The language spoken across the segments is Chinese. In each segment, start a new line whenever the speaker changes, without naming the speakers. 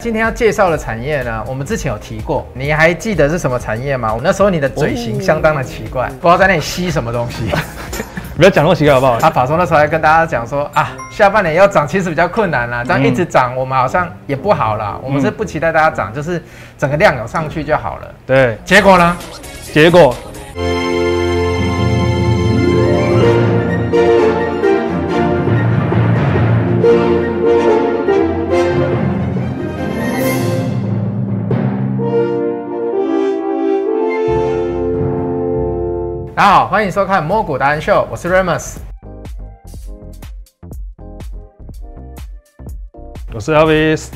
今天要介绍的产业呢，我们之前有提过，你还记得是什么产业吗？我那时候你的嘴型相当的奇
哦
怪，不知道在那里吸什么东 西。
不要讲那么奇怪好不好？
啊，法松那时候还跟大家讲说啊，下半年要涨其实比较困难啦，这样一直涨我们好像也不好啦，我们是不期待大家
嗯
涨，就是整个量有上去就好了。
对，
结果呢，
结果
大家好，欢迎收看《摸骨达人秀》，我是 Remus。
我是 Elvis，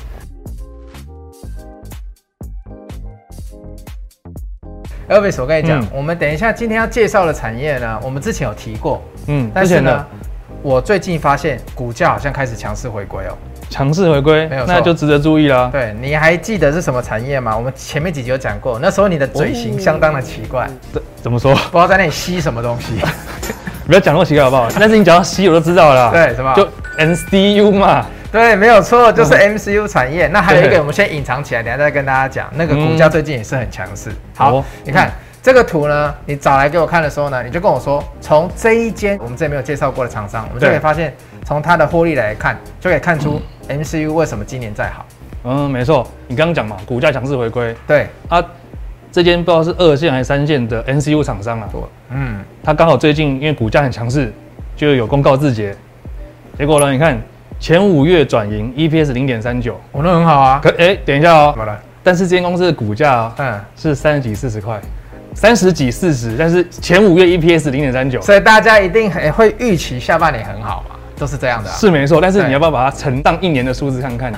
Elvis，我跟你讲，
嗯
我们等一下今天要介绍的产业呢，我们之前有提过，
嗯，
但
之
是
前
呢
的，
我最近发现股价好像开始强势回归哦。
强势回归
没有，错
那就值得注意啦。
对，你还记得是什么产业吗？我们前面几集有讲过，那时候你的嘴型相当的奇怪，
怎怎么说？
不知道在那里吸什么东西。
不要讲那么奇怪 好不好？但是你讲到 C 我都知道了啦，
对什么
就 NCU 嘛，
对，没有错，就是 MCU 产业。那还有一个，
对
我们先隐藏起来，等一下再跟大家讲。那个股价最近也是很强势。
好
好
哦，
你看这个图呢，你找来给我看的时候呢，你就跟我说，从这一间我们之前没有介绍过的厂商，我们就
对
可以发现，从它的获利来看，就可以看出 MCU 为什么今年再好。
嗯，没错，你刚刚讲嘛，股价强势回归
对，
啊，这间不知道是二线还是三线的 NCU 厂商啊，
嗯，
它刚好最近因为股价很强势，就有公告自结，结果呢，你看前五月转盈 EPS 零点三九，
我那很好啊。
可哎、等一下哦
怎，么了？
但是这间公司的股价、啊
嗯，
是三十几四十块，三十几四十，但是前五月 EPS 零点三九
所以大家一定很会预期下半年很好嘛，都是这样的、啊。
是没错，但是
对
你要不要把它乘当一年的数字看看？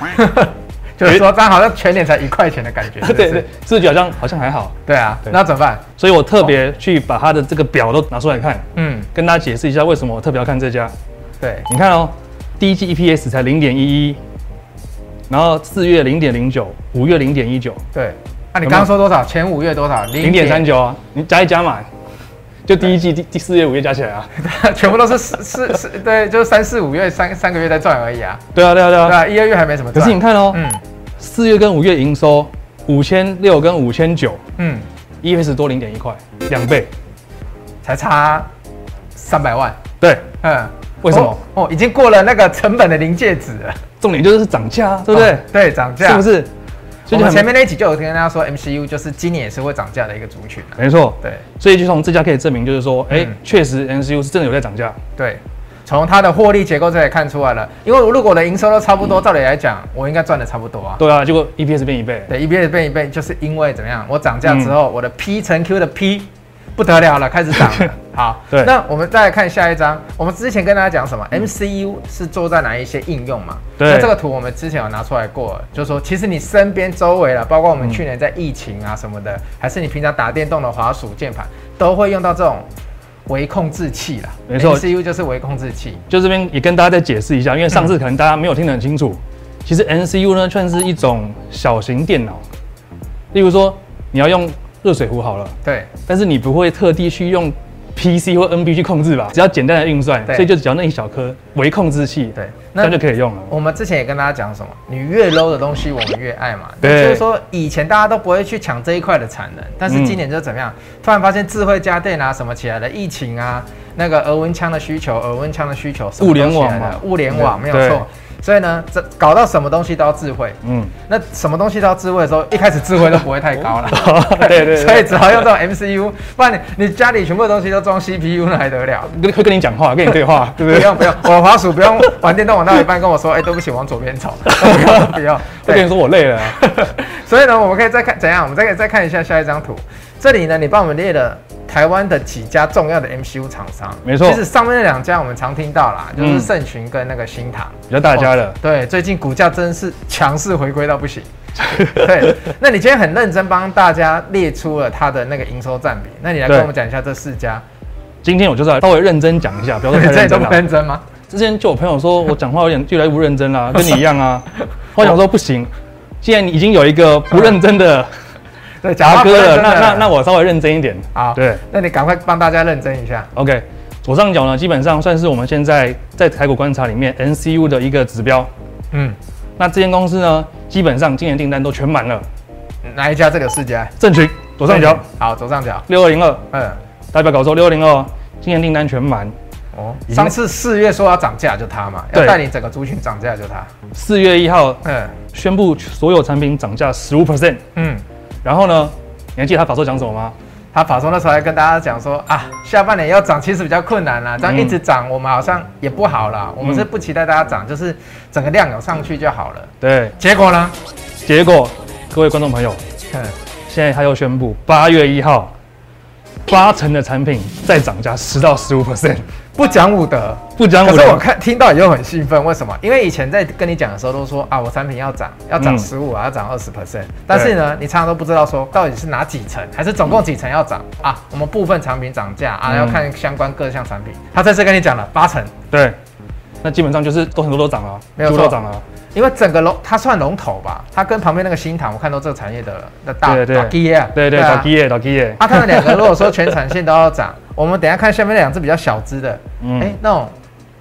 就是说，这样好像全年才一块钱的感 觉。是不是
对对，自己好像好像还好，
对啊，
对
那怎么办？
所以我特别去把它的这个表都拿出来看，
嗯，
跟大家解释一下为什么我特别要看这家。
对，
你看哦，第一季 EPS 才零点一一，然后四月零点零九，五月零点一九，
对，啊那、你刚刚说多少？前五月多少？零
零点三，九啊，你加一加嘛，就第一季第第四月五月加起来啊。
全部都是四四四，对，就是三四五月三三个月在赚而已啊，
对啊对啊对
对
啊。
啊，一二月还没什么
可
赚。
是你看哦，
嗯
四月跟五月营收五千六跟五千九
嗯，
，EPS 多零点一块，两倍。
才差三百万，
对，
嗯，
为什么
哦？哦已经过了那个成本的临界值了，
重点就是涨价啊，对不对？
哦对，涨价
是不？是？
我
就
们
很
前面那一集就有跟大家说，MCU 就是今年也是会涨价的一个族群、啊、
没错，
对
所以就从这家可以证明，就是说，哎、
嗯
确实 NCU 是真的有在涨价。
对，从它的获利结构这里看出来了，因为如果我的营收都差不多，照理来讲，我应该赚的差不多啊。
对啊，结果 EPS 变一倍。
对，一倍变一倍，就是因为怎么样？我涨价之后，我的 P 乘 Q 的 P 不得了了，开始涨 了。好，
对嗯
那我们再来看下一张。我们之前跟大家讲什么？MCU 是做在哪一些应用嘛？
对
那这个图我们之前有拿出来过了，就是说其实你身边周围了，包括我们去年在疫情啊什么的，还是你平常打电动的滑鼠键盘，都会用到这种微控制器啦。
没错
，MCU 就是微控制器。
就这边也跟大家再解释一下，因为上
嗯
次可能大家没有听得很清楚，其实 NCU 呢算是一种小型电脑，例如说你要用热水壶好了，
对，
但是你不会特地去用 PC 或 NB 去控制吧？只要简单的运算，
对
所以就只要那一小颗微控制器，
对哦
这样就可以用了。
我们之前也跟大家讲什么，你越 low 的东西我们越爱嘛。
对
就是说以前大家都不会去抢这一块的产能，但是今年就怎么样？
嗯
突然发现智慧家电啊什么起来了，疫情啊，那个额温枪的需求，额温枪的需求，什么都
物联网
起来了
嘛
物联网没
对
有错。所以呢，这搞到什么东西都要智慧。
嗯，。
那什么东西都要智慧的时候，一开始智慧都不会太高了
对对对
所以只好用这种 MCU，不然你你家里全部的东西都装 CPU 那还得了？
跟会跟你讲话，跟你 对话，对
不
不 对？
用不用，我滑鼠不用玩电动玩到一半跟我说，哎、对不起，往左边走。 不用不 用，
会跟
对。
你说我累 了啊，
所以呢，我们可以再看怎样，我们再可以再看一下下一张图。这里呢，你帮我们列了台湾的几家重要的 MCU 厂商，
没错
其实上面那两家我们常听到啦，就是
嗯
盛群跟那个新唐。哦
比较大家了。
对，最近股价真是强势回归到不 行。对，那你今天很认真帮大家列出了它的那个营收占比，那你来跟
对
我们讲一下这四家，
今天我就是来稍微认真讲一下，不要说太
哦这
认
里都
真
不
了。
认真吗？
之前就有朋友说我讲话有点越来越不认真 啦，跟你一样啊。我想说不行，
哦
既然你已经有一个不认 真的
对，讲
达
话不
哥
认
了，
真
那
的
那那我稍微认真一点。
好，
对
那你赶快帮大家认真一下。
，OK，左上角呢基本上算是我们现在在台股观察里面 NCU 的一个指标。
嗯，
那这间公司呢，基本上今年订单都全满了。
哪一家这个世家？
正群左上角，
好，左上角，
六二零二，
嗯，
大家不要搞错，六二零二今年订单全满。
哦，
已经
上次四月说要涨价就它嘛，要
对
带领整个族群涨价就它，
四月一号
嗯
宣布所有产品涨价十五 percent，
嗯。
然后呢，你还记得他法说讲什么吗？
他跑从那时候还跟大家讲说啊，下半年要涨其实比较困难啦，这样一直涨我们好像也不好啦，我们是不期待大家涨，就是整个量有上去就好了。
对，
结果呢？
结果各位观众朋友，
嗯，
现在他又宣布八月一号，八成的产品再涨价十到十五 percent，
不讲武德，
不讲
可
我
是我
的，
看听到以后很兴奋，为什么？因为以前在跟你讲的时候都说啊，我产品要涨，要涨
嗯
十五啊，要涨二十 percent。但是呢，你常常都不知道说到底是哪几层，还是总共几层要涨啊？我们部分产品涨价啊，
嗯
要看相关各项产品。他这次跟你讲了八层，
对，那基本上就是都很多都涨了，
没有
猪
错
都涨了，啊
因为整个龙它算龙头吧，它跟旁边那个新塘，我看到这个产业的了的大
对对
大基业啊，
对对，
啊
倒基业倒基业，
啊，他们两个如果说全产线都要涨，我们等一下看下面那两只比较小只的，
嗯，
哎，那种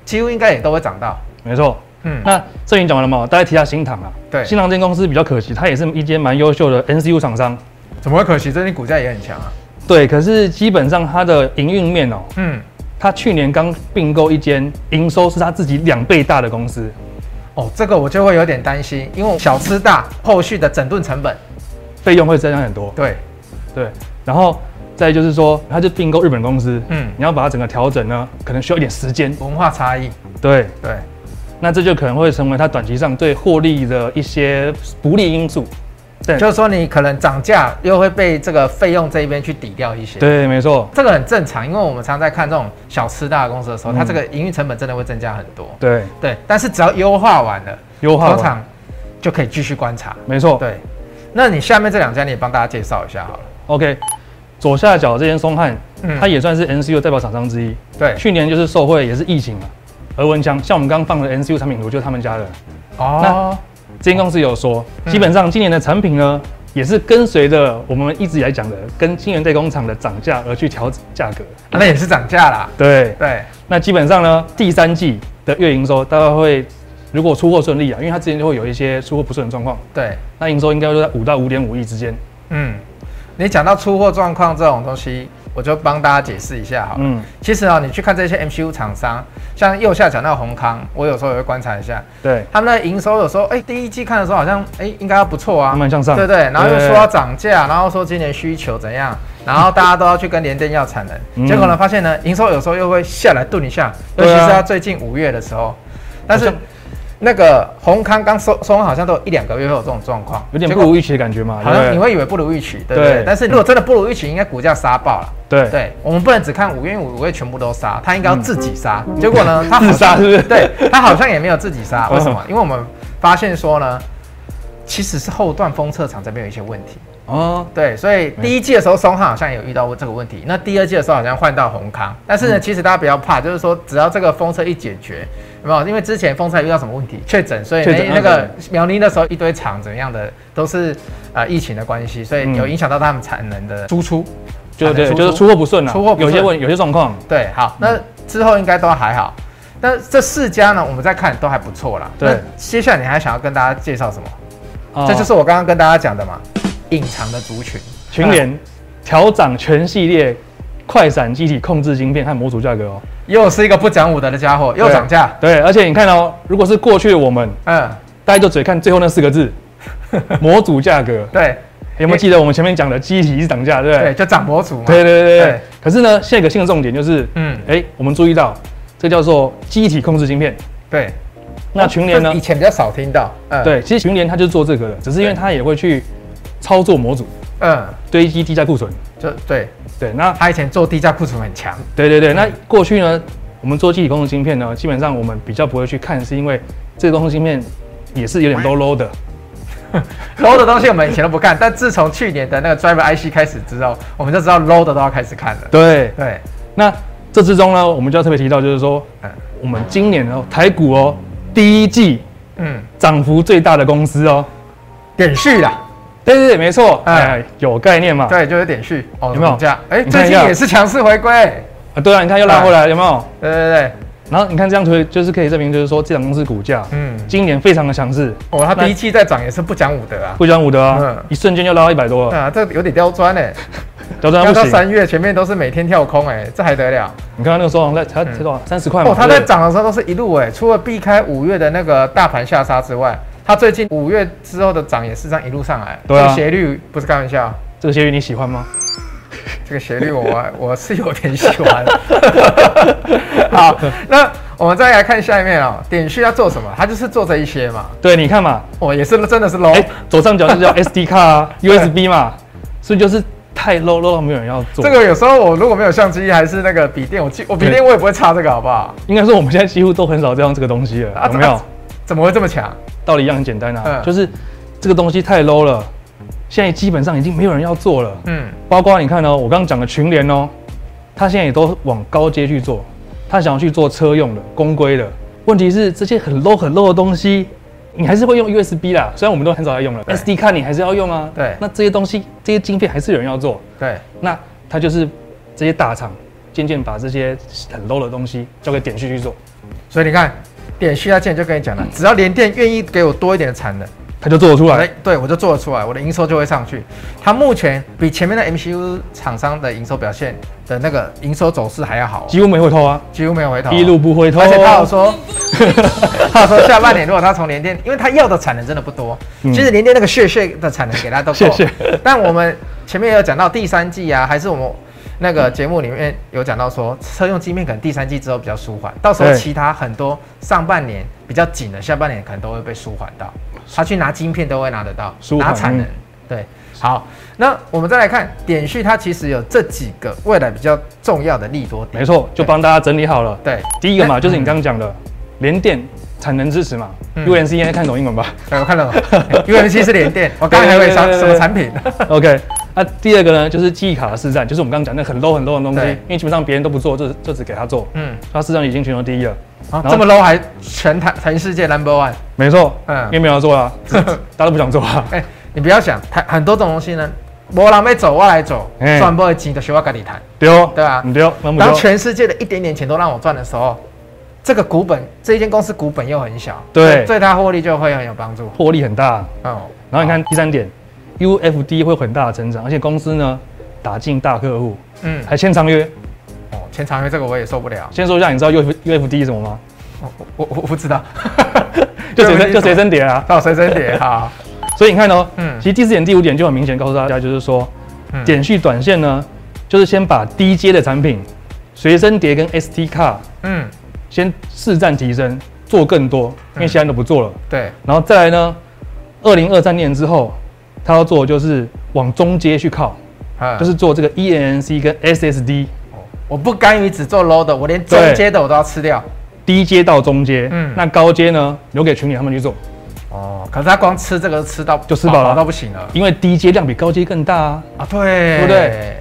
几乎应该也都会涨到，
没错。
嗯，
那郑云讲完了嘛，我大概提一下新唐啊，
对
新唐这间公司比较可惜，它也是一间蛮优秀的 NCU 厂商，
怎么会可惜？最近股价也很强啊，
对，可是基本上它的营运面哦，
嗯，
他去年刚并购一间营收是他自己两倍大的公司，
哦，这个我就会有点担心，因为小吃大后续的整顿成本，
费用会增加很多。
对，
对，然后再就是说，他就并购日本公司，
嗯，
你要把它整个调整呢，可能需要一点时间。
文化差异，
对，
对，
那这就可能会成为他短期上对获利的一些不利因素。对
就是说你可能涨价又会被这个费用这一边去抵掉一些，
对，没错，
这个很正常，因为我们常在看这种小吃大的公司的时候，
嗯
它这个营运成本真的会增加很多。
对，
对，但是只要优化完了，
优化
通
完，
常就可以继续观察。
没错。
对，那你下面这两家你也帮大家介绍一下好了。
OK，左下角这间松汉，
嗯
它也算是 NCU 代表厂商之一。
对，
去年就是受惠也是疫情嘛，额文枪，像我们刚放的 NCU 产品图就是他们家的。
哦，
这间公司有说，
嗯
基本上今年的产品呢，也是跟随着我们一直以来讲的，跟晶圆代工厂的涨价而去调整价格。
那也是涨价啦。
对，
对，
那基本上呢，第三季的月营收大概会，如果出货顺利啊，因为它之前就会有一些出货不顺的状况，
对，
那营收应该就在五到五点五亿之间。
嗯，你讲到出货状况这种东西，我就帮大家解释一下好了。
嗯，
其实啊、你去看这些 MCU 厂商，像右下角那个宏康，我有时候也会观察一下，
对，
他们的营收有时候，哎、第一季看的时候好像，哎、应该要不错啊
慢，慢向上。
对不对？然后又
对
说要涨价，然后说今年需求怎样，然后大家都要去跟联电要产能，
嗯
结果呢，发现呢，营收有时候又会下来顿一下，尤其
对啊
是它最近五月的时候，但是
好像
那个宏康刚收收完好像都有一两个月会有这种状况，
有点
结
不
果
如预期的感觉嘛，
好
对
像
不
你
对
会以为不如预期，对不对？
对
但是如果真的不如预期，应该股价杀爆了。
对嗯
对，我们不能只看五月，因为五月全部都杀，他应该要自己杀。结果 呢，他好像
自杀是不是
对他好像也没有自己杀，
嗯
为什么？因为我们发现说呢，其实是后段封测厂这边有一些问题。
哦，
对，所以第一季的时候，松汉好像有遇到过这个问题。那第二季的时候，好像换到宏康。但
嗯
是呢，其实大家不要怕，就是说只要这个风车一解决，有没有？因为之前风车还遇到什么问题？确诊，所以
确诊
那那
啊
个苗栗那时候一堆厂怎么样的都是呃疫情的关系，所
嗯
以有影响到他们产能的输出。
就
产
对，
能
就是出货不顺啊，
出货不
有
顺
些问有些状况，
对，好，那之后应该都还好。那这四家呢，我们再看都还不错啦。
对
那接下来你还想要跟大家介绍什么？
哦
这就是我刚刚跟大家讲的嘛，隐藏的族群。
群联调涨全系列快闪机体控制晶片和模组价格哦。
又是一个不讲武德的家伙，又
对
涨价。
对，而且你看哦，如果是过去的我们，
嗯，
大家就只看最后那四个字，模组价格。
对，
有没有记得我们前面讲的机体是涨价，对不
对，
对？
就涨博主嘛。
对对对对
对
对。可是呢，现在有个新的重点就是，
嗯，
哎，我们注意到这叫做机体控制晶片。
对。
那群联
哦这
呢
以？前比较少听到。嗯，，
对，其实群联它就是做这个的，只是因为
对
它也会去操作模组，
嗯，
堆积低价库存。
就对
对，那
他以前做低价库存很强。
对对对，那过去呢，我们做机体工程芯片呢，基本上我们比较不会去看，是因为这个工程芯片也是有点 low low 的。
low 的东西我们以前都不看，但自从去年的那个 driver IC 开始之后，我们就知道 low 的都要开始看了。
对，
对，
那这之中呢，我们就要特别提到，就是说
嗯
我们今年哦，台股哦，第一季
嗯，
涨幅最大的公司哦。
点序啦，
对对对，没错，
哎
哎，有概念嘛？
对，就是点序。哦，
有没有
涨价？哎，
你看
最
一
近
下
也是强势回归。哎
啊，对啊，你看又拉回来，有没有？
对对对，
然后你看这样推就是可以证明，就是说这档公司股价
嗯，
今年非常的强势，
哦，它
那
第一季在涨也是不讲武德啊，
不讲武德啊
嗯，
一瞬间就拉到一百多了，
啊，这有点刁钻哎，
屌到
要
不
到
行。
三月前面都是每天跳空哎，这还得了？
你看看那个时候好像在才才多少三十块
嗯
嘛，
哦，它
对
在
不对
涨的时候都是一路哎，除了避开五月的那个大盘下杀之外，它最近五月之后的涨也是这样一路上来，
对啊
这个斜率不是开玩笑，
这个协议你喜欢吗？
这个斜率 我我是有点喜欢。 好，那我们再来看下面哦，点序要做什么？它就是做这一些嘛，
对，你看嘛，
我、也是真的是 low，、
哎，左上角就 叫 SD 卡啊 USB 嘛，所以就是太 low low 到没有人要做。
哎这个有时候我如果没有相机，还是那个笔电，我记我笔电我也不会插这个，好不好？
应该说我们现在几乎都很少在用这个东西了，有没
啊
有？
怎么会这么强？
道理一样很简单啊
嗯，
就是这个东西太 low 了，现在基本上已经没有人要做了。
嗯，
包括你看哦，我刚刚讲的群联哦，他现在也都往高阶去做，他想要去做车用的、公规的。问题是这些很 low 很 low 的东西，你还是会用 USB 啦，虽然我们都很少在用了
对
，SD 卡你还是要用啊。
对
那这些东西这些经费还是有人要做，
对，
那他就是这些大厂渐渐把这些很 low 的东西交给点序去做，
所以你看，点序它之前就跟你讲了，只要联电愿意给我多一点的产能，
他就做得出
哎
来。，
对我就做得出来，我的营收就会上去。它目前比前面的 MCU 厂商的营收表现的那个营收走势还要好哦、
几乎没回头啊，
几乎没有回头哦、
一路不回头。
而且他有 说，他有说下半年如果他从联电，因为他要的产能真的不多，
嗯
其实联电那个血血的产能给 他都够。
谢谢
但我们前面也有讲到第三季啊，还是我们那个节目里面有讲到说，车用晶片可能第三季之后比较舒缓，到时候
对
其他很多上半年比较紧的，下半年可能都会被舒缓到，他去拿晶片都会拿得到，
舒缓
拿产能
嗯。
对，好，那我们再来看点序，它其实有这几个未来比较重要的利多点。
没错，就帮大家整理好了。
对，
第一个嘛，
那
就是你刚刚讲的联电产能支持嘛
嗯
，UNC 应该看懂英 文吧
哎，我看到了 UMC 是联电，我刚才还以为啥
对对对对
什么产品？
？OK，那第二个呢，就是记忆卡的市占，就是我们刚刚讲那很 low 很 low 的东西
对，
因为基本上别人都不做，就就只给他做，
嗯，
他市占已经全球第一了。
啊
然，后
这么 low 还全台全世界 number one，
没错，
嗯
因为没有人 做啊，大家都不想做啊。
哎，你不要想，台很多种东西呢，没人没走，我来走，
哎
赚不到钱的学我跟你谈。
丢，
对啊
你丢，那不
当
丢，
全世界的一点点钱都让我赚的时候，这个股本，这一间公司股本又很小，
对
所以对它获利就会很有帮助。
获利很大。
哦，
然后你看第三点，UFD 会有很大的成长，而且公司呢打进大客户，
嗯，
还签长约。
哦，前长约这个我也受不了，
先说一下，你知道 UF UFD 是什么吗？，
我我我我不知道
就随身就随身碟啊。
哦到随身碟 哈，
所以你看哦，
嗯
其实第四点、第五点就很明显告诉大家，就是说，
嗯
点序短线呢，就是先把低阶的产品，随身碟跟 ST 卡
嗯，
先试占提升，做更多，因为
嗯
其他人都不做了。
对，
然后再来呢，二零二三年之后，他要做的就是往中阶去靠，
啊
就是做这个 E ENC 跟 SSD
我不甘于只做 low 的，我连中阶的我都要吃掉。
低阶到中阶，
嗯
那高阶呢留给群里他们去做，
哦，可是他光吃这个吃到
就吃饱了
饱到不行了
因为低阶量比高阶更大啊。
啊！对，
对不对？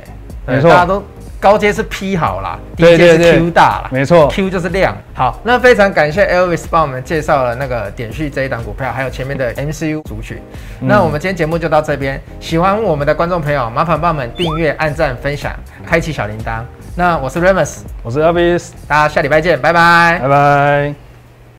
没错
大家都高阶是 P 好啦，低
对
阶
对
是
对
Q 大啦。
没错，
Q 就是量，好，那非常感谢 Elvis 帮我们介绍了那个点序这一档股票，还有前面的 MCU 族群。
嗯
那我们今天节目就到这边，喜欢我们的观众朋友，麻烦帮我们订阅、按赞、分享、开启小铃铛。那我是 Remus，
我是 Elvis，
大家下礼拜见，拜拜
拜。拜。